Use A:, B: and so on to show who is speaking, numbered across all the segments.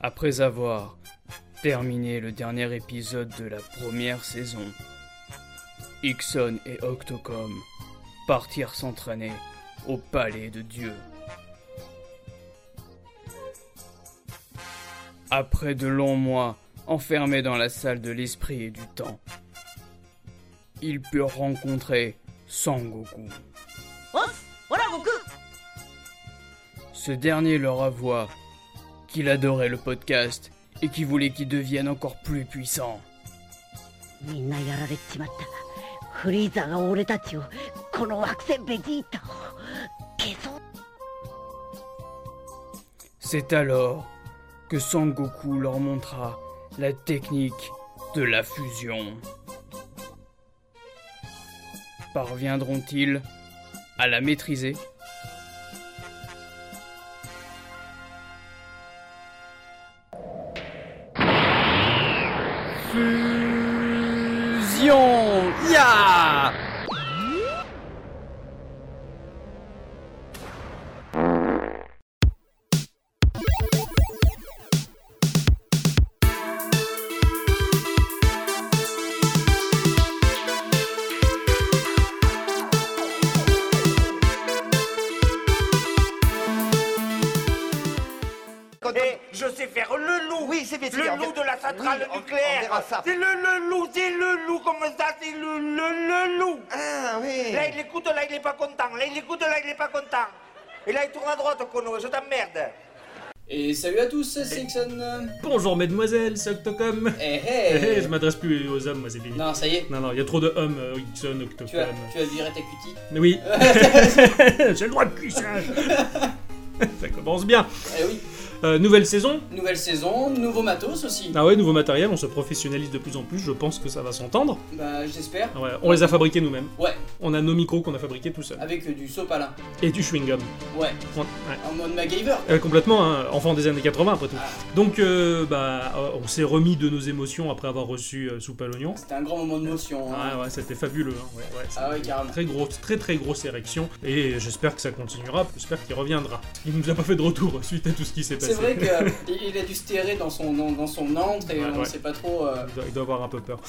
A: Après avoir terminé le dernier épisode de la première saison, Ixon et Octocom partirent s'entraîner au palais de Dieu. Après de longs mois enfermés dans la salle de l'esprit et du temps, ils purent rencontrer Sangoku.
B: Voilà, Goku
A: Ce dernier leur avoua qu'il adorait le podcast et qu'il voulait qu'ils deviennent encore plus puissants.
C: みんなやられちまったフリーザが俺たちをこの惑星ベジータを消そう
A: C'est alors que Sangoku leur montra la technique de la fusion. Parviendront-ils à la maîtriser Fusion Ya
B: Et je sais faire le loup
D: Oui, c'est bien, c'est
B: Le
D: bien, on
B: loup
D: ver-
B: de la centrale
D: Oui, on- on
B: nucléaire
D: verra ça.
B: C'est le, le loup, c'est le loup, comme ça, c'est le, le, le loup
D: Ah oui
B: Là, il écoute, là, il est pas content. Là, il écoute, là, il est pas content. Et là, il tourne à droite, Kono, je t'emmerde.
E: Et salut à tous, c'est Ixon.
F: Bonjour mesdemoiselles, c'est Octocom.
E: Eh hey,
F: Hé, hé, je m'adresse plus aux hommes, moi c'est fini.
E: Non, ça y est,
F: non, il y a trop de hommes, euh, Ixon, Octocom.
E: tu as, tu as viré ta cutie.
F: Mais oui, j'ai le droit de cuissage. Ça commence bien.
E: Eh oui,
F: Euh, nouvelle saison.
E: nouvelle saison, nouveau matos aussi.
F: Ah ouais, nouveau matériel, on se professionnalise de plus en plus, je pense que ça va s'entendre.
E: Bah, j'espère.
F: Ah ouais, on les a fabriqués nous-mêmes.
E: Ouais,
F: On a nos micros qu'on a fabriqués tout seul.
E: avec euh, du sopalin.
F: Et du chewing-gum.
E: Ouais,
F: On- ouais.
E: en mode MacGyver.
F: Euh, complètement, hein, enfant des années 80 après tout.
E: Ah.
F: Donc, euh, bah, euh, on s'est remis de nos émotions après avoir reçu euh, Soupe à l'oignon.
E: C'était un grand moment de motion. hein.
F: Ah ouais, c'était fabuleux. hein, ouais, ouais,
E: Ah ouais,
F: c'était
E: carrément.
F: Très grosse, très très grosse érection. Et j'espère que ça continuera. J'espère qu'il reviendra. Il nous a pas fait de retour hein, suite à tout ce qui s'est passé.
E: C'est vrai qu'il il a dû se terrer dans son, dans, dans son antre et
F: Ouais,
E: on
F: ouais.
E: sait pas trop. euh,
F: Il doit, il doit avoir un peu peur.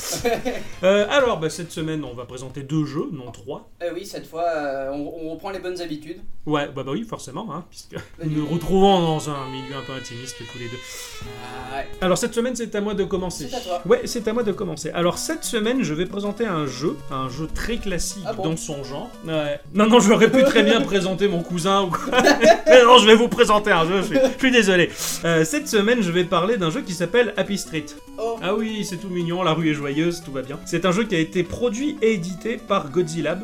F: Euh, alors, bah, cette semaine, on va présenter deux jeux, non trois.
E: Eh oui, cette fois, euh, on, on reprend les bonnes habitudes.
F: Ouais, bah, bah oui, forcément, hein, puisque
E: du
F: nous nous
E: coup.
F: retrouvons dans un milieu un peu intimiste tous les deux.
E: Ah, ouais.
F: Alors cette semaine, c'est à moi de commencer.
E: C'est à toi.
F: Ouais, c'est à moi de commencer. Alors cette semaine, je vais présenter un jeu, un jeu très classique
E: Ah bon
F: dans son genre. Ouais. Non, non, j'aurais pu très bien présenter mon cousin ou quoi. Mais non, je vais vous présenter un jeu, je suis, je suis désolé. Euh, cette semaine, je vais parler d'un jeu qui s'appelle Happy Street.
E: Oh,
F: Ah oui, c'est tout mignon, la rue est joyeuse, tout va bien. C'est un jeu qui a été produit et édité par Godzilla.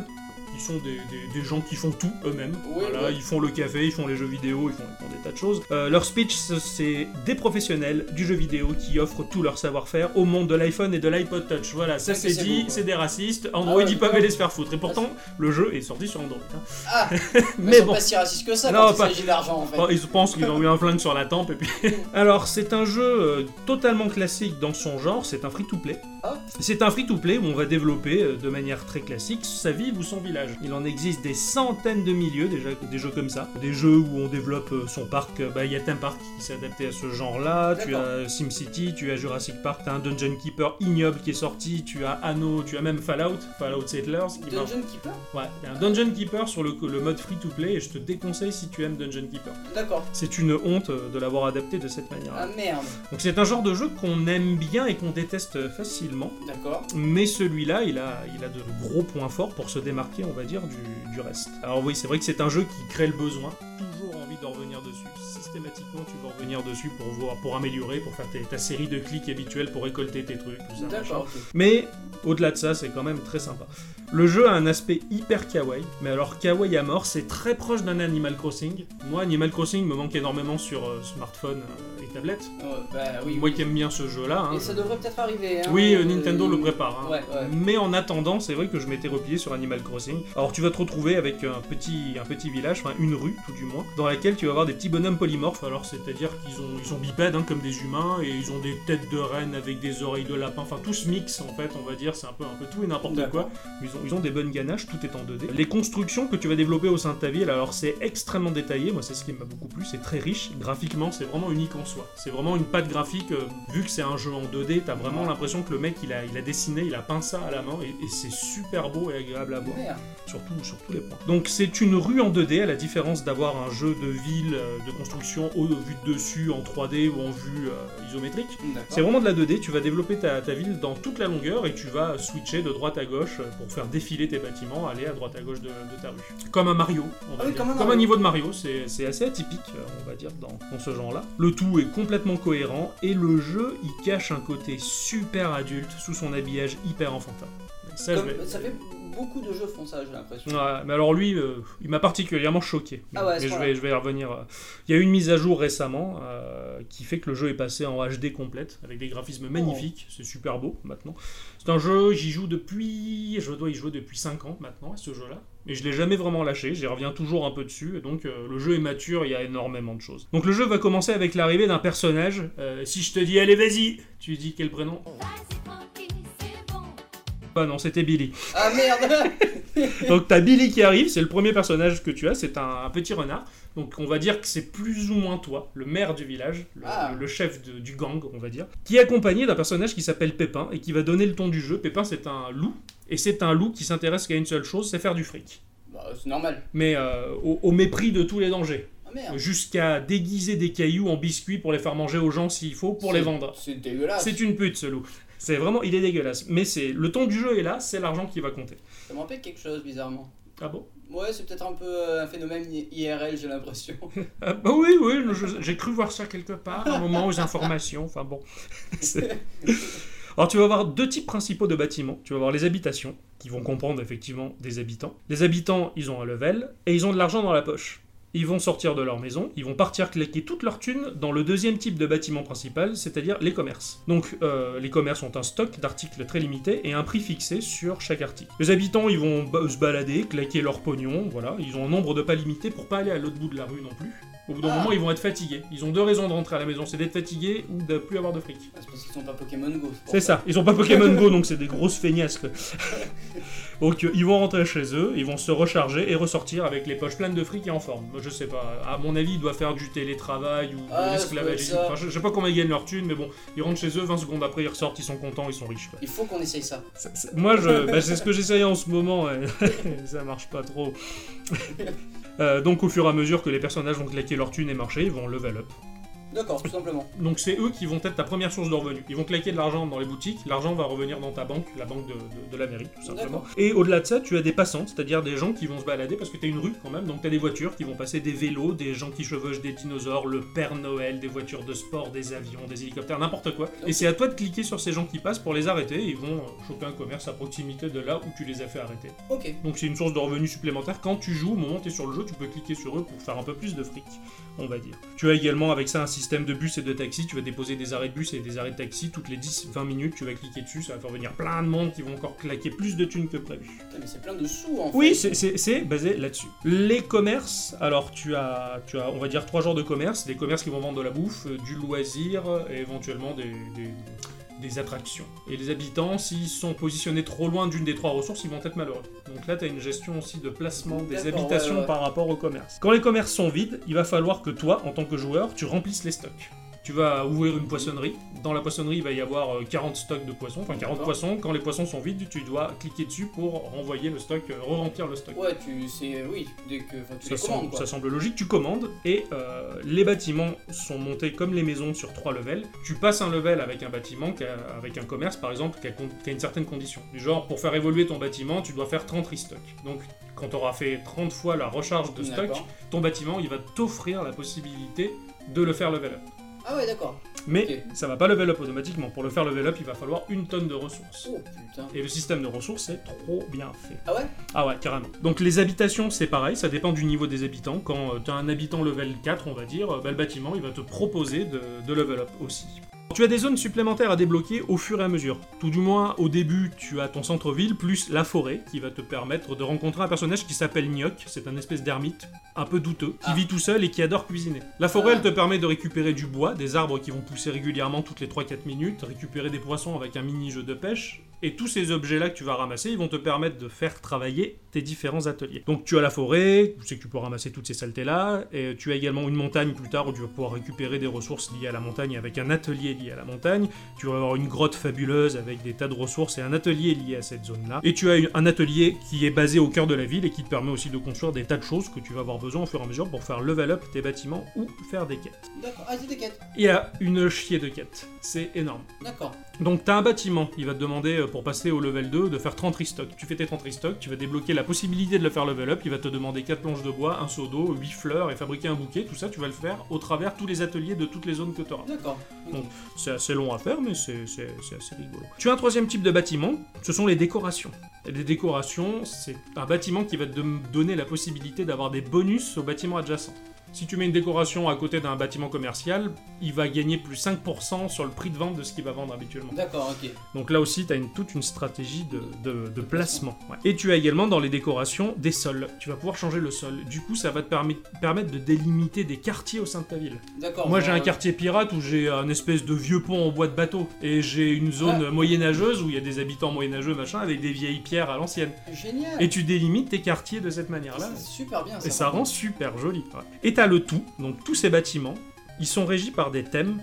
F: Ils sont des, des- des gens qui font tout eux-mêmes.
E: Oui,
F: voilà,
E: oui.
F: Ils font le café, ils font les jeux vidéo, ils font, ils font des tas de choses. Euh, leur speech, ce- c'est des professionnels du jeu vidéo qui offrent tout leur savoir-faire au monde de l'iPhone et de l'iPod Touch. Voilà, ça
E: Ouais,
F: c'est
E: que c'est
F: dit,
E: beau, quoi.
F: c'est des racistes. Android,
E: Ah ouais,
F: ils peuvent
E: ouais.
F: aller se faire foutre. Et pourtant, le jeu est sorti sur Android. hein.
E: ah, mais
F: Mais
E: bon.
F: bon.
E: pas si raciste que ça
F: Non,
E: quand
F: pas-
E: il s'agit d'argent en fait.
F: Oh, ils pensent qu'ils ont eu un flingue sur la tempe et puis. Alors c'est un jeu euh, totalement classique dans son genre, c'est un free-to-play.
E: Ah.
F: C'est un free-to-play où on va développer euh, de manière très classique sa ville ou son village. Il en existe des centaines de milieux déjà des jeux comme ça, des jeux où on développe euh, son parc. Euh, Bah il y a Theme Park qui s'est adapté à ce genre-là. Tu
E: D'accord.
F: as euh, SimCity, tu as Jurassic Park, tu as un Dungeon Keeper ignoble qui est sorti, tu as Anno, tu as même Fallout, Fallout Settlers. qui marche.
E: Dungeon Keeper
F: Ouais, il y a un Dungeon Keeper sur le, le mode free-to-play et je te déconseille si tu aimes Dungeon Keeper.
E: D'accord.
F: C'est une honte euh, de l'avoir adapté de cette manière.
E: Ah merde.
F: Donc c'est un genre de jeu qu'on aime bien et qu'on déteste euh, facilement,
E: D'accord.
F: mais celui-là, il a, il a de gros points forts pour se démarquer, on va dire, du, du reste. Alors oui, c'est vrai que c'est un jeu qui crée le besoin, toujours envie d'en revenir dessus. Systématiquement, tu vas revenir dessus pour voir, pour améliorer, pour faire tes- ta série de clics habituels, pour récolter tes trucs, tout ça. machin.
E: D'accord. ok.
F: Mais au-delà de ça, c'est quand même très sympa. Le jeu a un aspect hyper kawaii, mais alors kawaii à mort, c'est très proche d'un Animal Crossing. Moi, Animal Crossing me manque énormément sur euh, smartphone euh, et tablette.
E: Oh, bah oui.
F: Moi qui aime bien ce jeu-là. hein,
E: Et ça devrait peut-être arriver. hein.
F: oui, euh,
E: Euh,
F: Nintendo le
E: il-
F: prépare. hein.
E: Ouais, ouais.
F: Mais en attendant, c'est vrai que je m'étais replié sur Animal Crossing. Alors tu vas te retrouver avec un petit, un petit village, enfin une rue tout du moins, dans laquelle tu vas avoir des petits bonhommes polymorphes. Alors c'est-à-dire qu'ils ont, ils sont bipèdes hein, comme des humains et ils ont des têtes de rennes avec des oreilles de lapin. Enfin tout se mixe en fait, on va dire. C'est un peu, un peu tout et n'importe
E: D'accord.
F: quoi. Ils ont, ils ont des bonnes ganaches, tout est en 2D. Les constructions que tu vas développer au sein de ta ville, alors c'est extrêmement détaillé, moi c'est ce qui m'a beaucoup plu, c'est très riche. Graphiquement, c'est vraiment unique en soi. C'est vraiment une patte graphique, euh, vu que c'est un jeu en 2D, t'as vraiment l'impression que le mec il a, il a dessiné, il a peint ça à la main, et, et c'est super beau et agréable à voir
E: euh, Merde.
F: surtout sur tous les points. Donc c'est une rue en 2D, à la différence d'avoir un jeu de ville, euh, de construction au vue de dessus, en 3D ou en vue euh, isométrique. C'est
E: D'accord.
F: vraiment de la 2D, tu vas développer ta, ta ville dans toute la longueur et tu vas switcher de droite à gauche euh, pour faire défiler tes bâtiments, aller à droite à gauche de, de ta rue. Comme un Mario, on va
E: Ah oui,
F: dire.
E: comme un Mario.
F: niveau de Mario, c'est c'est assez atypique, euh, on va dire, dans, dans ce genre-là. Le tout est complètement cohérent et le jeu, il cache un côté super adulte sous son habillage hyper enfantin. Et Ça, je
E: Comme-
F: vais-
E: Ça fait beaucoup de jeux font ça, j'ai l'impression.
F: Ouais, mais alors lui, euh, il m'a particulièrement choqué.
E: Ah ouais, à ce
F: Mais je
E: point-là.
F: vais, je vais y revenir. euh. Il y a eu une mise à jour récemment euh, qui fait que le jeu est passé en HD complète, avec des graphismes
E: Oh.
F: magnifiques. C'est super beau maintenant. C'est un jeu, j'y joue depuis. Je dois y jouer depuis 5 ans maintenant à ce jeu-là. Et je l'ai jamais vraiment lâché, j'y reviens toujours un peu dessus, et donc euh, le jeu est mature, il y a énormément de choses. Donc le jeu va commencer avec l'arrivée d'un personnage. Euh, si je te dis allez vas-y, tu dis quel prénom
D: Vas-y tranquille, c'est bon.
F: Bah non, c'était Billy.
E: Ah merde
F: Donc t'as Billy qui arrive, c'est le premier personnage que tu as, c'est un, un petit renard. Donc on va dire que c'est plus ou moins toi, le maire du village, le,
E: Ah.
F: le chef de- du gang, on va dire, qui est accompagné d'un personnage qui s'appelle Pépin et qui va donner le ton du jeu. Pépin c'est un loup, et c'est un loup qui s'intéresse qu'à une seule chose, c'est faire du fric.
E: Bah, C'est normal.
F: Mais euh, au- au mépris de tous les dangers.
E: Ah merde
F: Jusqu'à déguiser des cailloux en biscuits pour les faire manger aux gens s'il faut, pour les
E: C'est-
F: vendre.
E: C'est dégueulasse.
F: C'est une pute ce loup. C'est vraiment, il est dégueulasse. Mais c'est le ton du jeu est là, c'est l'argent qui va compter.
E: Ça me rappelle quelque chose, bizarrement.
F: Ah bon
E: Ouais, c'est peut-être un peu euh, un phénomène I- IRL, j'ai l'impression.
F: Euh, bah oui, oui, je- j'ai cru voir ça quelque part, à un moment, aux informations, enfin bon. C'est- Alors tu vas avoir deux types principaux de bâtiments. Tu vas avoir les habitations, qui vont comprendre effectivement des habitants. Les habitants, ils ont un level, et ils ont de l'argent dans la poche. Ils vont sortir de leur maison, ils vont partir claquer toute leur thune dans le deuxième type de bâtiment principal, c'est-à-dire les commerces. Donc euh, les commerces ont un stock d'articles très limité et un prix fixé sur chaque article. Les habitants, ils vont ba- se balader, claquer leur pognon, voilà, ils ont un nombre de pas limité pour pas aller à l'autre bout de la rue non plus. Au bout d'un
E: Ah.
F: moment, ils vont être fatigués. Ils ont deux raisons de rentrer à la maison, c'est d'être fatigué ou de plus avoir de fric.
E: Ah, C'est parce qu'ils sont pas Pokémon Go. pour
F: C'est ça, ils ont pas Pokémon Go donc c'est des grosses feignasses. quoi. donc euh, ils vont rentrer chez eux, ils vont se recharger et ressortir avec les poches pleines de fric et en forme. Moi, Je sais pas, à mon avis, ils doivent faire du télétravail ou
E: Ah,
F: de l'esclavagisme.
E: ça doit être ça.
F: Enfin, je, je sais pas comment ils gagnent leur thune, mais bon, ils rentrent chez eux, 20 secondes après ils ressortent, ils sont contents, ils sont riches. quoi.
E: Il faut qu'on essaye ça.
F: C'est- c'est- Moi, je, bah, c'est ce que j'essaye en ce moment, et ça marche pas trop. Euh, donc au fur et à mesure que les personnages vont claquer leur thune et marcher, ils vont level up.
E: D'accord, tout simplement.
F: Donc c'est eux qui vont être ta première source de revenus. Ils vont claquer de l'argent dans les boutiques, l'argent va revenir dans ta banque, la banque de, de- de la mairie, tout simplement.
E: D'accord.
F: Et au-delà de ça, tu as des passants, c'est-à-dire des gens qui vont se balader, parce que t'as une rue quand même, donc t'as des voitures qui vont passer, des vélos, des gens qui chevauchent des dinosaures, le Père Noël, des voitures de sport, des avions, des hélicoptères, n'importe quoi. Et c'est à toi de cliquer sur ces gens qui passent pour les arrêter, et ils vont euh, choper un commerce à proximité de là où tu les as fait arrêter.
E: Ok.
F: Donc c'est une source de revenus supplémentaire. Quand tu joues, au moment où tu es sur le jeu, tu peux cliquer sur eux pour faire un peu plus de fric, on va dire. Tu as également avec ça un système de bus et de taxi. Tu vas déposer des arrêts de bus et des arrêts de taxi. Toutes les 10-20 minutes, tu vas cliquer dessus. Ça va faire venir plein de monde qui vont encore claquer plus de thunes que prévu.
E: Putain, mais c'est plein de sous en fait.
F: Oui, c'est- c'est c'est basé là-dessus. Les commerces, alors tu as, tu as, on va dire, trois genres de commerces. Des commerces qui vont vendre de la bouffe, euh, du loisir, euh, et éventuellement des, des- des attractions. Et les habitants, s'ils sont positionnés trop loin d'une des trois ressources, ils vont être malheureux. Donc là, tu as une gestion aussi de placement des
E: D'accord,
F: habitations
E: ouais, ouais.
F: par rapport aux commerces. Quand les commerces sont vides, il va falloir que toi, en tant que joueur, tu remplisses les stocks. Tu vas ouvrir une poissonnerie. Dans la poissonnerie, il va y avoir euh, 40 stocks de poissons, enfin 40
E: D'accord.
F: poissons. Quand les poissons sont vides, tu dois cliquer dessus pour renvoyer le stock, euh, re-remplir le stock.
E: Ouais, tu sais, oui, dès que enfin, tu
F: Ça,
E: les commandes
F: semble,
E: quoi.
F: ça semble logique, tu commandes et euh, les bâtiments sont montés comme les maisons sur trois levels. Tu passes un level avec un bâtiment, qui a- avec un commerce par exemple, qui a, con- qui a une certaine condition. Du genre, pour faire évoluer ton bâtiment, tu dois faire 30 restocks. Donc, quand tu auras fait 30 fois la recharge de stock,
E: D'accord.
F: ton bâtiment, il va t'offrir la possibilité de le faire level up.
E: Ah ouais, d'accord.
F: Mais
E: Ok.
F: ça va pas level up automatiquement. Pour le faire level up, il va falloir une tonne de ressources.
E: Oh putain.
F: Et le système de ressources est trop bien fait.
E: Ah ouais
F: Ah ouais, carrément. Donc les habitations, c'est pareil, ça dépend du niveau des habitants. Quand tu as un habitant level 4, on va dire, euh, bah, le bâtiment, il va te proposer de, de level up aussi. Tu as des zones supplémentaires à débloquer au fur et à mesure. Tout du moins, au début, tu as ton centre-ville plus la forêt qui va te permettre de rencontrer un personnage qui s'appelle Gnoc. C'est un espèce d'ermite un peu douteux qui
E: Ah.
F: vit tout seul et qui adore cuisiner. La forêt,
E: Ah.
F: elle te permet de récupérer du bois, des arbres qui vont pousser régulièrement toutes les 3-4 minutes, récupérer des poissons avec un mini jeu de pêche Et tous ces objets-là que tu vas ramasser, ils vont te permettre de faire travailler tes différents ateliers. Donc tu as la forêt, tu sais que tu peux ramasser toutes ces saletés-là, et tu as également une montagne plus tard où tu vas pouvoir récupérer des ressources liées à la montagne avec un atelier lié à la montagne. Tu vas avoir une grotte fabuleuse avec des tas de ressources et un atelier lié à cette zone-là. Et tu as une- un atelier qui est basé au cœur de la ville et qui te permet aussi de construire des tas de choses que tu vas avoir besoin au fur et à mesure pour faire level up tes bâtiments ou faire des quêtes.
E: D'accord. Ah, c'est des quêtes.
F: Il y a une chier de quêtes, c'est énorme.
E: D'accord.
F: Donc t'as un bâtiment, il va te demander euh, pour passer au level 2 de faire 30 restock. Tu fais tes 30 restock, tu vas débloquer la possibilité de le faire level up, il va te demander 4 planches de bois, un seau d'eau, 8 fleurs et fabriquer un bouquet, tout ça tu vas le faire au travers tous les ateliers de toutes les zones que tu auras.
E: D'accord.
F: Bon. C'est assez long à faire, mais c'est c'est- c'est assez rigolo. Tu as un troisième type de bâtiment, ce sont les décorations. Et les décorations, c'est un bâtiment qui va te donner la possibilité d'avoir des bonus aux bâtiments adjacents. Si tu mets une décoration à côté d'un bâtiment commercial, il va gagner plus 5% sur le prix de vente de ce qu'il va vendre habituellement.
E: D'accord, ok.
F: Donc là aussi, tu as toute une stratégie de, de- de placement. ouais. Et tu as également dans les décorations des sols. Tu vas pouvoir changer le sol. Du coup, ça va te permi- permettre de délimiter des quartiers au sein de ta ville.
E: D'accord.
F: Moi,
E: bon,
F: j'ai un
E: euh,
F: quartier pirate où j'ai un espèce de vieux pont en bois de bateau. Et j'ai une zone
E: Ah.
F: euh, moyenâgeuse où il y a des habitants moyenâgeux, machin, avec des vieilles pierres à l'ancienne.
E: Génial.
F: Et tu délimites tes quartiers de cette manière-là.
E: Ah. C'est super bien.
F: Et ça
E: par
F: rend super joli. ouais. Et t'as le tout, donc tous ces bâtiments, ils sont régis par des thèmes.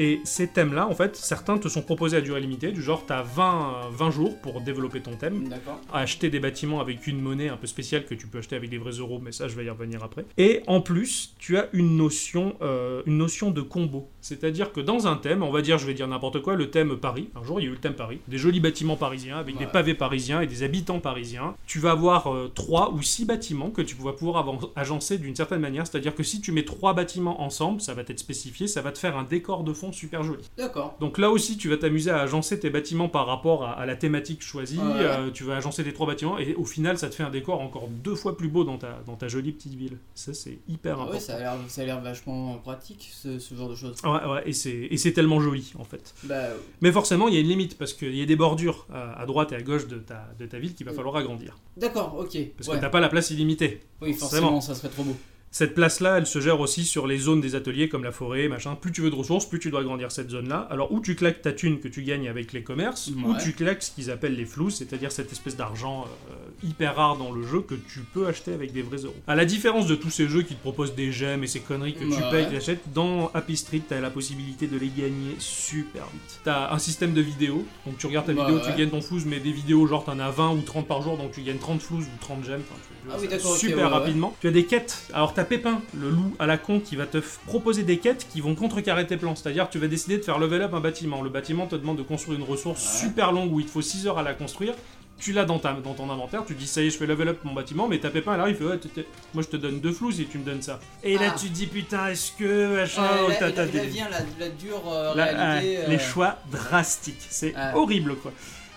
F: Et ces thèmes-là, en fait, certains te sont proposés à durée limitée, du genre t'as 20, euh, 20 jours pour développer ton thème,
E: contre. D'accord.
F: à acheter des bâtiments avec une monnaie un peu spéciale que tu peux acheter avec des vrais euros, mais ça je vais y revenir après. Et en plus, tu as une notion, euh, une notion de combo. C'est-à-dire que dans un thème, on va dire, je vais dire n'importe quoi, le thème Paris, un jour il y a eu le thème Paris, des jolis bâtiments parisiens avec des
E: Ouais.
F: pavés parisiens et des habitants parisiens, tu vas avoir euh, trois ou six bâtiments que tu vas pouvoir avan- agencer d'une certaine manière. C'est-à-dire que si tu mets trois bâtiments ensemble, ça va être spécifié, ça va te faire un décor de fond super joli.
E: D'accord.
F: Donc là aussi, tu vas t'amuser à agencer tes bâtiments par rapport à, à la thématique choisie.
E: Ouais.
F: euh, tu vas agencer tes trois bâtiments et au final, ça te fait un décor encore deux fois plus beau dans ta, dans ta jolie petite ville. Ça, c'est hyper
E: Ah
F: important.
E: ouais, ça a l'air, ça a l'air vachement pratique ce, ce genre de choses.
F: Ouais, ouais, et c'est- et c'est tellement joli en fait.
E: Bah,
F: Mais forcément, il y a une limite parce qu'il y a des bordures euh, à, à droite et à gauche de ta, de ta ville qu'il va
E: Mm.
F: falloir agrandir.
E: d'accord, ok.
F: Parce
E: ouais.
F: que t'as pas la place illimitée.
E: Oui,
F: forcément.
E: forcément, ça serait trop beau.
F: Cette place-là, elle se gère aussi sur les zones des ateliers comme la forêt, machin. Plus tu veux de ressources, plus tu dois agrandir cette zone-là. Alors, ou tu claques ta thune que tu gagnes avec les commerces, ou
E: Ouais.
F: tu claques ce qu'ils appellent les flous, c'est-à-dire cette espèce d'argent euh, hyper rare dans le jeu que tu peux acheter avec des vrais euros. À la différence de tous ces jeux qui te proposent des gemmes et ces conneries que tu
E: Ouais.
F: payes, que t'achètes, dans Happy Street, t'as la possibilité de les gagner super vite. T'as un système de vidéos, donc tu regardes ta
E: Ouais,
F: vidéo, tu
E: ouais.
F: gagnes ton flouze, mais des vidéos genre t'en as 20 ou 30 par jour, donc tu gagnes 30 flouze ou 30 gemmes. Enfin, tu-
E: Ah oui, d'accord, ok,
F: super
E: ouais, ouais.
F: rapidement. Tu as des quêtes. Alors t'as Pépin, le loup à la con, qui va te f- proposer des quêtes qui vont contrecarrer tes plans. C'est-à-dire tu vas décider de faire level up un bâtiment. Le bâtiment te demande de construire une ressource
E: Ouais.
F: super longue où il te faut 6 heures à la construire. Tu l'as dans, ta- dans ton inventaire, tu dis ça y est, je fais level up mon bâtiment, mais t'as Pépin, elle arrive, il fait ouais, t'es- t'es- moi je te donne deux flous si tu me donnes ça. Et là
E: Ah.
F: tu te dis putain, est-ce que machin,
E: Euh,
F: oh,
E: là,
F: t'as-
E: là-
F: t'as
E: là
F: des-
E: vient la, la dure euh,
F: Là,
E: réalité.
F: euh,
E: euh,
F: Les choix drastiques, c'est
E: Ouais.
F: horrible quoi.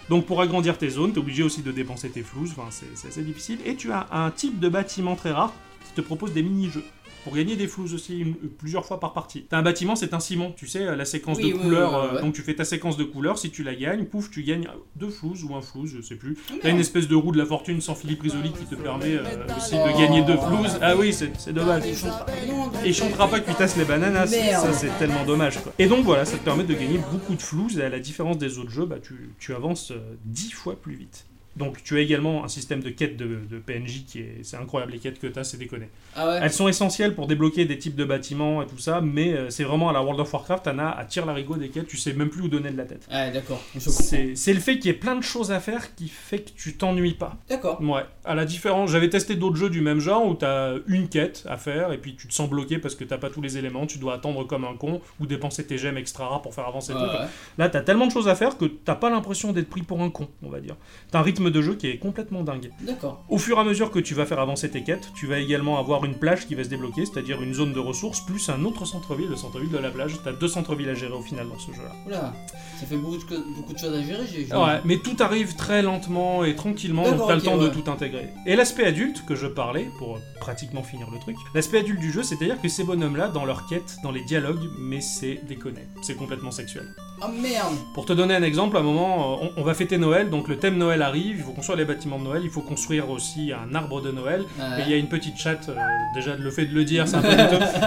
F: Donc pour agrandir tes zones, t'es obligé aussi de dépenser tes flouses, enfin, c'est c'est assez difficile. Et tu as un type de bâtiment très rare qui te propose des mini-jeux. Pour gagner des flouses aussi une- plusieurs fois par partie. T'as un bâtiment, c'est un ciment, tu sais, la séquence
E: Oui,
F: de
E: oui,
F: couleurs.
E: oui, oui,
F: euh,
E: ouais.
F: Donc tu fais ta séquence de couleurs, si tu la gagnes, pouf, tu gagnes deux flouses ou un flouze, je sais plus.
E: Ah, Merde.
F: T'as une espèce de roue de la fortune sans Philippe Risoli qui te permet euh, aussi de
E: Oh.
F: gagner deux flouses. Ah oui, c'est c'est dommage.
E: Il chantera- non,
F: Et il chantera pas que tu tasses les bananas,
E: Merde.
F: ça c'est tellement dommage quoi. Et donc voilà, ça te permet de gagner beaucoup de flouze et à la différence des autres jeux, bah, tu, tu avances euh, 10 fois plus vite. Donc tu as également un système de quêtes de, de PNJ qui est... C'est incroyable les quêtes que tu as, c'est déconné.
E: Ah ouais.
F: Elles sont essentielles pour débloquer des types de bâtiments et tout ça, mais euh, c'est vraiment à la World of Warcraft, t'en as à tirer l'arigot des quêtes, tu sais même plus où donner de la tête.
E: Ouais, Ah, d'accord. Je comprends.
F: C'est c'est le fait qu'il y ait plein de choses à faire qui fait que tu t'ennuies pas.
E: D'accord.
F: Ouais, à la différence, j'avais testé d'autres jeux du même genre où t'as une quête à faire et puis tu te sens bloqué parce que t'as pas tous les éléments, tu dois attendre comme un con ou dépenser tes gemmes extra rares pour faire avancer le
E: Ouais,
F: truc.
E: ouais.
F: Là, t'as tellement de choses à faire que t'as pas l'impression d'être pris pour un con, on va dire. T'as un rythme de jeu qui est complètement dingue.
E: D'accord.
F: Au fur et à mesure que tu vas faire avancer tes quêtes, tu vas également avoir une plage qui va se débloquer, c'est-à-dire une zone de ressources plus un autre centre-ville, le centre-ville de la plage. T'as deux centres-villes à gérer au final dans ce jeu-là.
E: Oula. Ça fait beaucoup de, co- beaucoup de choses à gérer. J'ai, j'ai-
F: Ah Ouais, mais tout arrive très lentement et tranquillement, donc
E: D'accord,
F: t'as le
E: ok,
F: temps de
E: ouais.
F: tout intégrer. Et l'aspect adulte que je parlais, pour euh, pratiquement finir le truc, l'aspect adulte du jeu, c'est-à-dire que ces bonhommes-là, dans leur quête, dans les dialogues, mais c'est déconné, c'est complètement sexuel.
E: Oh merde
F: Pour te donner un exemple, à un moment, euh, on, on va fêter Noël, donc le thème Noël arrive, il faut construire les bâtiments de Noël, il faut construire aussi un arbre de Noël.
E: Ouais.
F: Et il y a une petite chatte, euh, déjà le fait de le dire, c'est un peu douteux,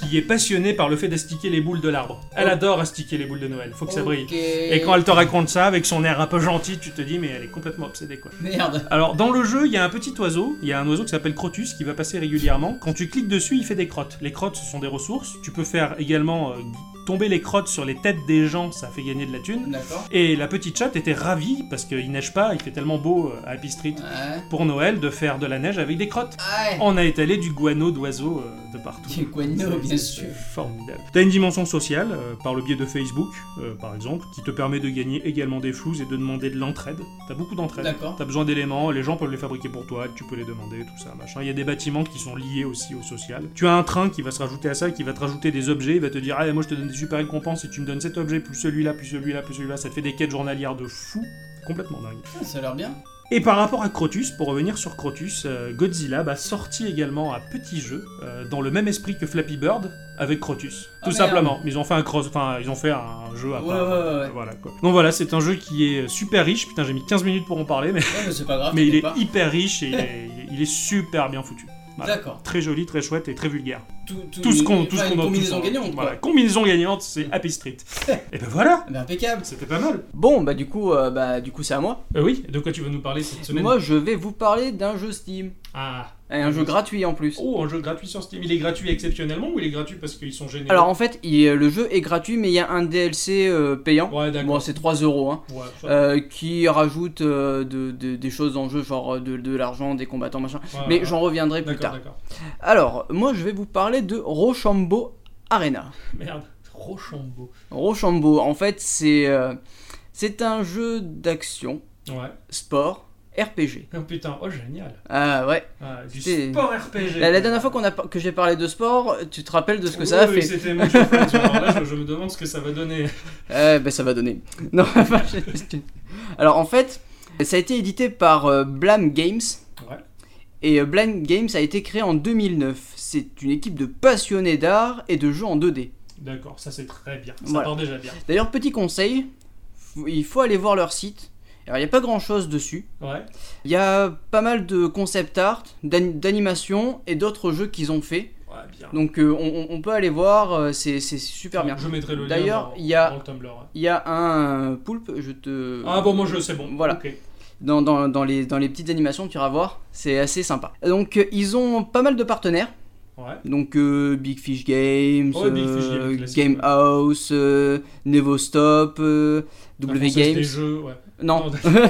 F: qui est passionnée par le fait d'astiquer les boules de l'arbre. Elle
E: Oh.
F: adore astiquer les boules de Noël, faut que ça brille.
E: Ok.
F: Et quand elle te raconte ça, avec son air un peu gentil, tu te dis, mais elle est complètement obsédée quoi.
E: Merde
F: Alors, dans le jeu, il y a un petit oiseau, il y a un oiseau qui s'appelle Crotus qui va passer régulièrement. Quand tu cliques dessus, il fait des crottes. Les crottes, ce sont des ressources. Tu peux faire également euh, tomber les crottes sur les têtes des gens, ça fait gagner de la thune.
E: D'accord.
F: Et la petite chatte était ravie, parce qu'il neige pas, il fait tellement beau euh, à Happy Street,
E: Ouais.
F: pour Noël, de faire de la neige avec des crottes.
E: Ouais.
F: On a étalé du guano d'oiseaux euh, de partout.
E: Du guano,
F: C'est-
E: bien
F: c'est
E: sûr.
F: Formidable. T'as une dimension sociale, euh, par le biais de Facebook, euh, par exemple, qui te permet de gagner également des flous et de demander de l'entraide. T'as beaucoup d'entraide.
E: D'accord.
F: T'as besoin d'éléments, les gens peuvent les fabriquer pour toi, tu peux les demander, tout ça, machin. Il y a des bâtiments qui sont liés aussi au social. Tu as un train qui va se rajouter à ça, qui va te rajouter des objets, il va te dire, ah, moi je te donne des super récompenses, si tu me donnes cet objet, plus celui-là, plus celui-là, plus celui-là, ça te fait des quêtes journalières de fou. Complètement dingue.
E: Putain, Ça a l'air bien.
F: Et par rapport à Crotus, pour revenir sur Crotus, euh, Godzilla a sorti également un petit jeu euh, dans le même esprit que Flappy Bird avec Crotus.
E: Ah,
F: Tout
E: merde.
F: simplement, ils ont fait un cross, enfin ils ont fait un jeu à
E: Ouais,
F: part.
E: ouais, ouais, ouais.
F: Voilà quoi. Donc voilà, c'est un jeu qui est super riche. Putain, j'ai mis 15 minutes pour en parler, mais,
E: Ouais, mais c'est pas grave.
F: mais il
E: t'inquiète
F: est
E: Ah, pas.
F: hyper riche et il est, il est super bien foutu. Voilà.
E: D'accord.
F: Très joli, très chouette et très vulgaire.
E: Tout,
F: Tout ce qu'on, tout ce
E: enfin,
F: qu'on
E: une
F: tout
E: combinaison
F: ce qu'on-
E: gagnante,
F: Voilà,
E: quoi. Mm.
F: combinaison gagnante, c'est Happy Street. et ben voilà,
E: Ah, bah, impeccable.
F: c'était pas mal.
G: Bon, bah du coup, euh, bah du coup, c'est à moi.
F: Euh, oui. De quoi tu veux nous parler cette semaine
G: Moi, je vais vous parler d'un jeu Steam,
F: Ah.
G: Et Eh, un jeu gratuit en plus.
F: Oh, un jeu gratuit sur Steam. Il est gratuit exceptionnellement ou il est gratuit parce qu'ils sont généreux
G: Alors en fait, il- euh, le jeu est gratuit, mais il y a un DLC euh, payant.
F: Ouais,
G: Bon,
F: d'accord.
G: c'est 3 euros, hein.
F: Ouais, ça-
G: Euh, qui rajoute euh, de- de- des choses dans le jeu, genre euh, de, de l'argent, des combattants, machin.
F: ouais,
G: Mais
F: ouais.
G: j'en reviendrai plus
F: D'accord,
G: tard.
F: d'accord.
G: Alors, moi, je vais vous parler de Rochambeau Arena.
F: Merde. Rochambeau.
G: Rochambeau, en fait, c'est euh, c'est un jeu d'action,
F: Ouais.
G: sport, RPG.
F: Oh, putain, oh génial.
G: Ah ouais.
F: Ah, du
G: C'est-
F: sport RPG.
G: La, la dernière fois qu'on a, par- que j'ai parlé de sport, tu te rappelles de ce que
F: Oui,
G: ça a
F: oui,
G: fait
F: c'était mon jeu, Friends. Alors là, je, je me demande ce que ça va donner.
G: Eh ben ça va donner. Non, enfin, je- je- Alors en fait, ça a été édité par euh, Blam Games.
F: Ouais.
G: Et euh, Blam Games a été créé en 2009. C'est une équipe de passionnés d'art et de jeux en 2D.
F: D'accord, ça c'est très bien. Ça
G: Voilà.
F: part déjà bien.
G: D'ailleurs, petit conseil, f- il faut aller voir leur site. Alors il n'y a pas grand chose dessus.
F: Ouais.
G: Il y a pas mal de concept art, d'ani- d'animation et d'autres jeux qu'ils ont fait.
F: Ouais, bien.
G: Donc euh, on, on- on peut aller voir, euh, c'est c'est super bien.
F: Je mettrai le lien
G: D'ailleurs,
F: dans-
G: il y a-
F: dans le Tumblr. ouais.
G: Il y a un euh, poulpe, je te...
F: Ah bon, moi je c'est bon.
G: Voilà.
F: Ok.
G: dans, dans- dans les, dans les petites animations, tu vas voir, c'est assez sympa. Donc euh, ils ont pas mal de partenaires,
F: Ouais.
G: donc euh, Big Fish Games,
F: Ouais, Big Fish
G: euh,
F: Games, classique,
G: Game
F: ouais.
G: House, euh, Nevostop, euh,
F: La
G: W
F: française Des
G: Games.
F: jeux, ouais.
G: Non.
F: Non,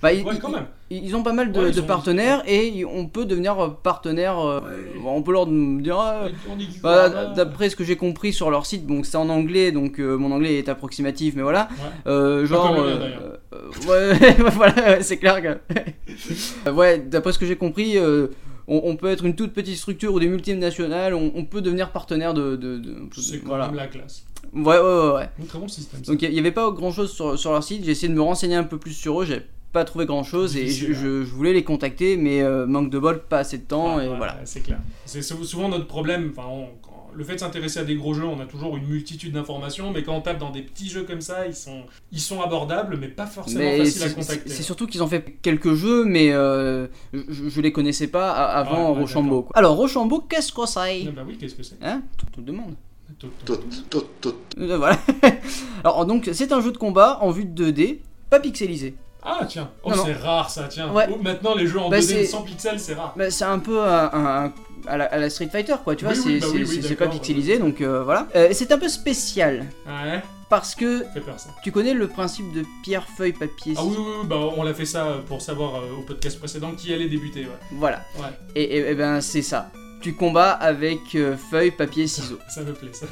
G: Bah, ils,
F: Ouais, quand même.
G: ils- ils ont pas mal de,
F: Ouais, ils
G: de
F: sont-
G: partenaires et ils- on peut devenir euh, partenaire. euh, On peut leur dire. ah,
F: On est du
G: bah,
F: Guarana.
G: D'après ce que j'ai compris sur leur site, donc c'est en anglais, donc euh, mon anglais est approximatif, mais voilà.
F: Ouais.
G: Euh,
F: Pas
G: genre,
F: comme le mien,
G: euh, euh,
F: d'ailleurs.
G: ouais, voilà, ouais, c'est clair. Que... Euh, ouais, d'après ce que j'ai compris, euh, on, on peut être une toute petite structure ou des multinationales, on, on peut devenir partenaire de. de, de-
F: C'est quand
G: voilà.
F: même la classe.
G: Ouais, ouais, ouais, ouais.
F: Un très bon système. ça.
G: Donc il n'y avait pas grand chose sur, sur leur site. J'ai essayé de me renseigner un peu plus sur eux. J'ai pas trouvé grand chose et je,
F: Difficile,
G: je- je voulais les contacter, mais euh, manque de bol, pas assez de temps
F: Ouais,
G: et
F: ouais,
G: voilà.
F: ouais, C'est clair. C'est sou- souvent notre problème. Enfin, on- quand- le fait de s'intéresser à des gros jeux, on a toujours une multitude d'informations, mais quand on tape dans des petits jeux comme ça, ils sont, ils sont abordables, mais pas forcément
G: Mais
F: faciles à
G: c'est-
F: contacter.
G: c'est c'est surtout qu'ils ont fait quelques jeux, mais euh, je, je les connaissais pas a- avant
F: Ouais, ouais,
G: Rochambeau.
F: d'accord.
G: quoi. Alors Rochambeau, qu'est-ce que c'est
F: Ah bah oui, qu'est-ce que c'est
G: Hein Tu te demandes.
F: Tout- tout-
H: Tout, tout, tout.
G: Euh, Voilà. Alors donc c'est un jeu de combat en vue de 2D, pas pixelisé.
F: Ah tiens, oh,
G: Non, non.
F: c'est rare ça, tiens.
G: Ouais.
F: Oh, maintenant, les jeux en
G: Bah,
F: 2D
G: c'est-
F: de 100 pixels, c'est rare.
G: Bah, c'est un peu un- un- un- à, la, à la Street Fighter quoi, tu vois,
F: Oui,
G: c'est
F: oui, bah oui,
G: c'est-
F: oui,
G: c'est- c'est pas
F: d'accord,
G: pixelisé donc euh, voilà. Euh, c'est un peu spécial
F: Ouais,
G: parce que
F: fait peur ça.
G: tu connais le principe de pierre feuille papier.
F: Ah oui, oui, oui, bah, on l'a fait ça pour savoir euh, au podcast précédent qui allait débuter. Ouais.
G: Voilà.
F: Ouais.
G: Et, et- et ben c'est ça. Tu combats avec euh, feuille papier ciseaux.
F: Ça me plaît ça.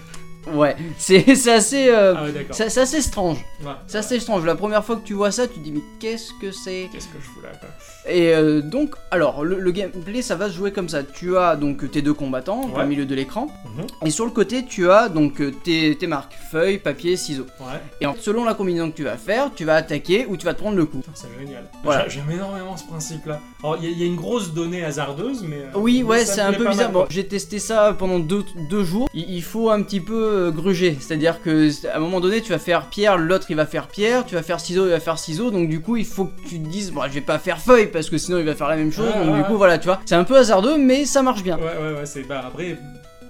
G: Ouais, c'est c'est assez euh,
F: Ah ouais, d'accord.
G: Ça, c'est assez strange.
F: Ouais.
G: C'est assez strange. La première fois que tu vois ça, tu te dis mais qu'est-ce que c'est
F: Qu'est-ce que je fous là quoi
G: Et euh, donc, alors le, le gameplay, ça va se jouer comme ça. Tu as donc tes deux combattants au
F: Ouais.
G: milieu de l'écran,
F: Mhm.
G: et sur le côté, tu as donc euh, tes, tes marques feuille, papier, ciseaux.
F: Ouais,
G: Et en- selon la combinaison que tu vas faire, tu vas attaquer ou tu vas te prendre le coup.
F: Putain, c'est génial. Bah,
G: Voilà.
F: J'a- J'aime énormément ce principe-là. Alors, il y, a- il y a une grosse donnée hasardeuse, mais. euh,
G: Oui,
F: mais
G: ouais,
F: ça
G: c'est
F: me
G: un
F: plaît
G: peu
F: pas
G: bizarre.
F: mal,
G: Bon,
F: quoi.
G: j'ai testé ça pendant deux, deux jours. Il, il faut un petit peu peu euh, grugé. C'est-à-dire que c'est- à un moment donné, tu vas faire pierre, l'autre il va faire pierre, tu vas faire ciseau, il va faire ciseau. Donc du coup, il faut que tu te dises, bon, je vais pas faire feuille parce que sinon il va faire la même chose.
F: Ouais,
G: donc
F: Ah, ouais,
G: du coup,
F: ouais.
G: voilà, tu vois. C'est un peu hasardeux, mais ça marche bien.
F: Ouais, ouais, ouais, c'est. Bah, après,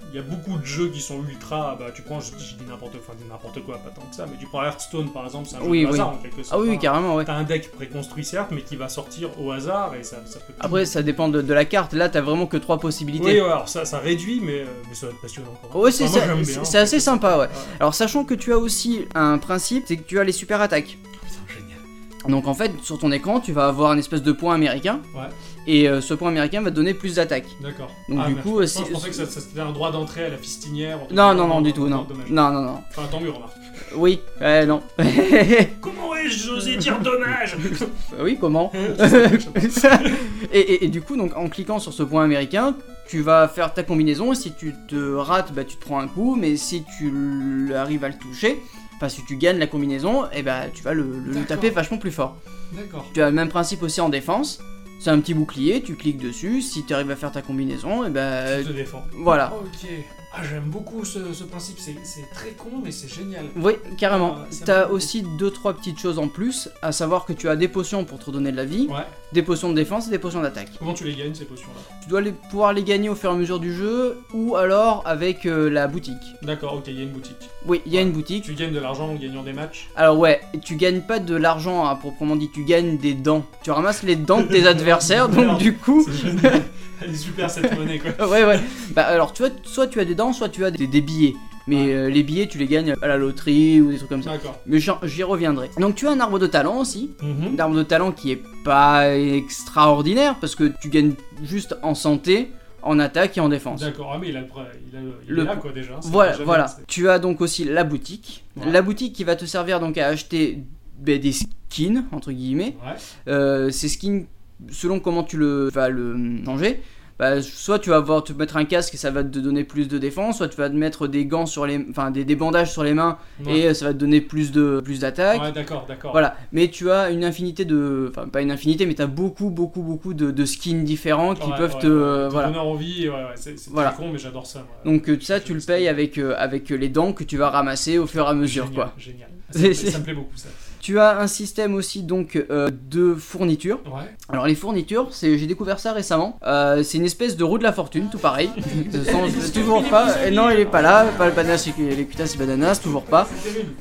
F: il y a beaucoup de jeux qui sont ultra. Bah, tu prends, je, je dis n'importe enfin, je dis n'importe quoi, pas tant que ça, mais tu prends Hearthstone par exemple, c'est un jeu
G: Oui,
F: de
G: oui.
F: hasard en quelque sorte.
G: Ah oui, oui,
F: Enfin,
G: carrément, ouais.
F: T'as un deck préconstruit certes, mais qui va sortir au hasard et ça, ça peut. tout-
G: Après, ça dépend de, de la carte. Là, t'as vraiment que trois possibilités.
F: Oui, ouais, alors ça, ça réduit, mais, euh, mais ça va être passionnant quand même.
G: Ouais, c'est
F: Enfin, moi,
G: ça-
F: j'aime
G: c'est-
F: bien, hein,
G: c'est assez
F: en fait.
G: sympa, ouais.
F: Ouais.
G: Alors sachant que tu as aussi un principe, c'est que tu as les super attaques. Donc en fait, sur ton écran, tu vas avoir une espèce de point américain.
F: Ouais.
G: Et euh, ce point américain va te donner plus d'attaques.
F: D'accord.
G: Donc,
F: Ah,
G: du
F: mais
G: coup, euh,
F: je, je
G: si-
F: pensais que ça, ça, c'était un droit d'entrée à la fistinière. en fait.
G: Non, non, non, du tout, non.
F: dommage.
G: Non, non, non.
F: Enfin, tant mieux, remarque.
G: Oui, euh, non. Bah
F: Comment ai-je osé dire dommage
G: oui, comment et, et- et du coup, donc en cliquant sur ce point américain, tu vas faire ta combinaison. Et si tu te rates, bah, tu te prends un coup. Mais si tu l- arrives à le toucher, enfin si tu gagnes la combinaison, et bah, tu vas le- le- le
F: D'accord.
G: taper vachement plus fort.
F: D'accord.
G: Tu as le même principe aussi en défense. C'est un petit bouclier, tu cliques dessus, si tu arrives à faire ta combinaison, et ben
F: Je te défends.
G: voilà.
F: Ok. Ah, j'aime beaucoup ce, ce principe, c'est- c'est très con, mais c'est génial.
G: Oui, carrément.
F: Ah, ça
G: T'as
F: me-
G: aussi deux trois petites choses en plus, à savoir que tu as des potions pour te redonner de la vie,
F: Ouais.
G: des potions de défense et des potions d'attaque.
F: Comment tu les gagnes, ces potions-là
G: Tu dois les, pouvoir les gagner au fur et à mesure du jeu, ou alors avec euh, la boutique.
F: D'accord, ok, il y a une boutique.
G: Oui, il y a
F: Ouais.
G: une boutique.
F: Tu gagnes de l'argent en gagnant des matchs
G: Alors ouais, tu gagnes pas de l'argent à proprement dit, tu gagnes des dents. Tu ramasses les dents de tes adversaires, donc
F: Merde.
G: du coup...
F: C'est génial. Elle est super cette monnaie, quoi.
G: Ouais, ouais. Bah alors, tu vois, soit tu as des dents, soit tu as des, des billets. Mais
F: Ouais.
G: euh, les billets, tu les gagnes à la loterie ou des trucs comme ça.
F: D'accord.
G: Mais j'en- j'y reviendrai. Donc, tu as un arbre de talent aussi. Un arbre de talent qui est pas extraordinaire parce que tu gagnes juste en santé, en attaque et en défense.
F: D'accord, ah, mais il a le. pre- Il, a le- il
G: Le-
F: est là, quoi, déjà. c'est
G: Voilà,
F: déjà bien,
G: voilà.
F: c'est-
G: Tu as donc aussi la boutique.
F: Ouais.
G: La boutique qui va te servir donc à acheter ben, des skins, entre guillemets.
F: Ouais.
G: Euh, ces skins, selon comment tu le vas le changer, bah, soit tu vas avoir te mettre un casque et ça va te donner plus de défense, soit tu vas te mettre des gants sur les, enfin des, des bandages sur les mains
F: Ouais.
G: et euh, ça va te donner plus de plus d'attaque.
F: Ouais, d'accord, d'accord.
G: Voilà, mais tu as une infinité de, enfin pas une infinité, mais tu as beaucoup beaucoup beaucoup de, de skins différents qui
F: Ouais,
G: peuvent
F: ouais,
G: te,
F: ouais.
G: euh,
F: Te
G: voilà.
F: donner envie, ouais, ouais, c'est c'est
G: Voilà.
F: très con, mais j'adore ça. moi.
G: Donc euh, ça tu le payes avec euh, avec les dents que tu vas ramasser au fur et à mesure
F: Génial,
G: quoi.
F: Génial.
G: C'est-
F: Ça, me plaît-
G: c'est-
F: ça me plaît beaucoup, ça.
G: Tu as un système aussi donc euh, de fourniture.
F: Ouais.
G: Alors les fournitures, c'est j'ai découvert ça récemment. Euh, c'est une espèce de roue de la fortune, tout pareil. De toute façon, c'est toujours pas. eh non, il est pas là. Pas le bananas, c'est que les cutasses bananas, toujours pas.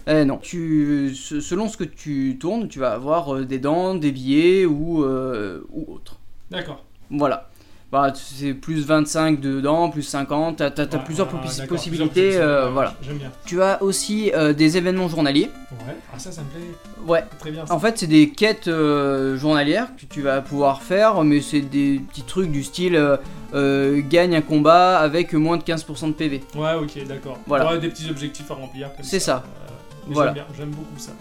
G: Eh non. Tu, se- selon ce que tu tournes, tu vas avoir euh, des dents, des billets ou euh, ou autre.
F: D'accord.
G: Voilà. Bah, c'est plus 25 de dents, plus 50. T'as, t'as- t'as
F: Ouais,
G: Ah, plusieurs
F: ouais,
G: possi-
F: ouais, d'accord,
G: possibilités.
F: plusieurs
G: euh,
F: possibilités,
G: voilà.
F: J'aime bien.
G: Tu as aussi euh, des événements journaliers.
F: Ouais. Ah, ça, ça me plaît
G: Ouais.
F: très bien. ça.
G: En fait, c'est des quêtes euh, journalières que tu vas pouvoir faire, mais c'est des petits trucs du style euh, euh, gagne un combat avec moins de 15% de PV.
F: Ouais, ok, d'accord.
G: Ah. Voilà.
F: Ouais, des petits objectifs à remplir. comme
G: C'est ça.
F: Euh, mais
G: Voilà.
F: J'aime bien, j'aime beaucoup ça.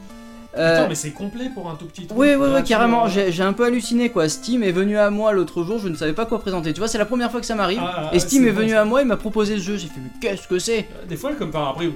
G: Euh,
F: Putain, mais c'est complet pour un tout petit truc.
G: Oui, oui, oui,
F: Gratuit,
G: carrément.
F: euh,
G: J'ai j'ai un peu halluciné quoi. Steam est venu à moi l'autre jour, je ne savais pas quoi présenter. Tu vois, c'est la première fois que ça m'arrive.
F: Ah, ah,
G: et Steam
F: c'est
G: est
F: bon,
G: venu
F: ça.
G: à moi, il m'a proposé ce jeu. J'ai fait, mais qu'est-ce que c'est
F: Euh, Des fois, comme par après,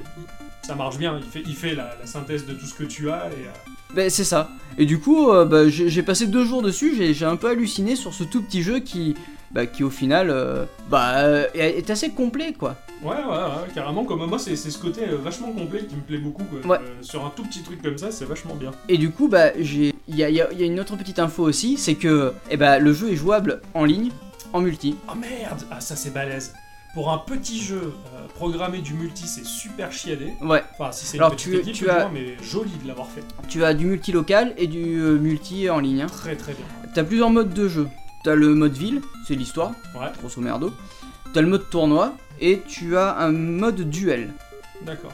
F: ça marche bien. Il fait, il fait la, la synthèse de tout ce que tu as. Et, euh,
G: Ben, c'est ça. Et du coup, euh, bah, j'ai j'ai passé deux jours dessus, j'ai j'ai un peu halluciné sur ce tout petit jeu qui, bah, qui au final, euh, bah, euh, est est assez complet quoi.
F: Ouais, ouais, ouais, carrément. Comme moi, c'est c'est ce côté euh, vachement complet qui me plaît beaucoup. quoi.
G: Ouais.
F: Euh, sur un tout petit truc comme ça, c'est vachement bien.
G: Et du coup, bah, j'ai, il y a, il y a- il y a une autre petite info aussi, c'est que, eh bah, le jeu est jouable en ligne, en multi.
F: Oh merde Ah, ça, c'est balèze. Pour un petit jeu euh, programmé du multi, c'est super chiadé.
G: Ouais.
F: Enfin, si c'est une
G: Alors,
F: petite
G: tu-
F: équipe,
G: tu
F: du
G: as-
F: moins, mais joli de l'avoir fait.
G: Tu as du multi local et du euh, multi en ligne. hein.
F: Très, très bien.
G: T'as plusieurs modes de jeu. T'as le mode ville, c'est l'histoire,
F: Ouais.
G: grosso merdo. T'as le mode tournoi et tu as un mode duel.
F: D'accord.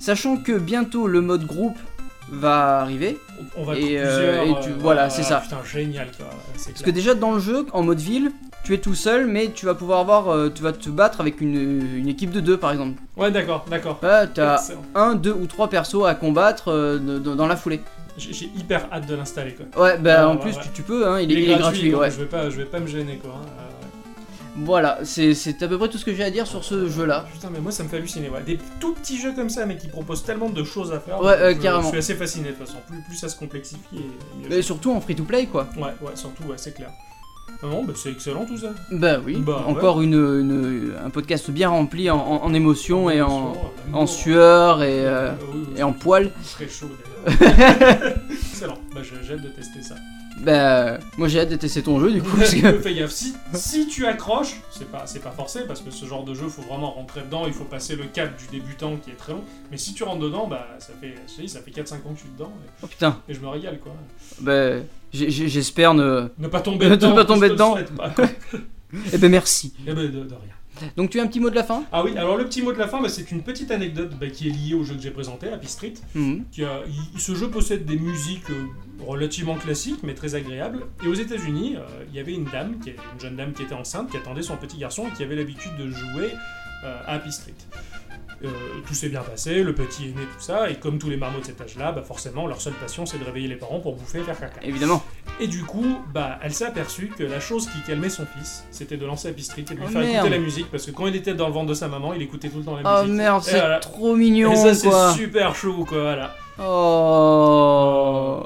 G: Sachant que bientôt le mode groupe va arriver.
F: On va
G: Et,
F: être
G: euh,
F: plusieurs.
G: et tu- voilà,
F: ouais,
G: c'est ça.
F: Putain, génial, quoi. C'est
G: Parce que
F: clair.
G: déjà dans le jeu, en mode ville, tu es tout seul, mais tu vas pouvoir avoir, euh, tu vas te battre avec une, une équipe de deux par exemple.
F: Ouais, d'accord, d'accord.
G: Là, t'as
F: Excellent.
G: un, deux ou trois persos à combattre euh, de- de- dans la foulée.
F: J'ai j'ai hyper hâte de l'installer, quoi.
G: Ouais, bah
F: Ouais,
G: en
F: ouais,
G: plus
F: ouais.
G: Tu, tu peux, hein, il, est, il est gratuit.
F: donc
G: ouais.
F: je, vais pas, je vais pas me gêner, quoi. hein. Euh,
G: Voilà, c'est c'est à peu près tout ce que j'ai à dire sur ce jeu-là.
F: Putain, mais moi, ça me fait halluciner. ouais. Des tout petits jeux comme ça, mais qui proposent tellement de choses à faire.
G: Ouais, euh,
F: je,
G: carrément.
F: Je suis assez fasciné, de toute façon. Plus, plus ça se complexifie, et mieux
G: Mais surtout en free-to-play, quoi.
F: c'est. Ouais, ouais, surtout, ouais, c'est clair. Non, bah, c'est excellent tout ça.
G: Bah oui,
F: Bah, ouais.
G: encore une, une- un podcast bien rempli en, en, en émotions et en, en sueur et, euh, et en poils.
F: Très chaud d'ailleurs. Excellent. Bah, j'ai j'ai hâte de tester ça.
G: Bah, euh, moi j'ai hâte de tester ton jeu du coup. parce que-
F: Fais gaffe. Si, si tu accroches, c'est pas, c'est pas forcé parce que ce genre de jeu, faut vraiment rentrer dedans. Il faut passer le cap du débutant qui est très long. Mais si tu rentres dedans, bah, ça fait, je te dis, ça fait 4-5 ans que je suis dedans
G: Oh putain,
F: et, et je me régale quoi.
G: bah, j'ai- j'ai- j'espère ne.
F: Ne pas tomber
G: Ne
F: dedans.
G: pas
F: je te
G: tomber
F: le
G: dedans.
F: souhaite pas, quoi.
G: Eh ben merci.
F: Eh ben, de- de rien.
G: Donc tu as un petit mot de la fin
F: Ah oui, alors le petit mot de la fin, bah, c'est une petite anecdote bah, qui est liée au jeu que j'ai présenté, Happy Street.
G: Mhm.
F: qui a- il- ce jeu possède des musiques euh, relativement classiques, mais très agréables. Et aux États-Unis, euh, il y avait une dame, qui, une jeune dame qui était enceinte, qui attendait son petit garçon et qui avait l'habitude de jouer euh, à Happy Street. Euh, tout s'est bien passé, le petit est né, tout ça, et comme tous les marmots de cet âge-là, bah forcément, leur seule passion, c'est de réveiller les parents pour bouffer et faire caca.
G: Évidemment.
F: Et du coup, bah, elle s'est aperçue que la chose qui calmait son fils, c'était de lancer Happy Street et de lui
G: Oh,
F: faire
G: merde.
F: écouter la musique, parce que quand il était dans le ventre de sa maman, il écoutait tout le temps la
G: Oh
F: musique.
G: merde,
F: Et
G: c'est
F: voilà.
G: trop mignon Oh.
F: Et ça, c'est
G: quoi.
F: super chou, quoi, voilà.
G: Oh.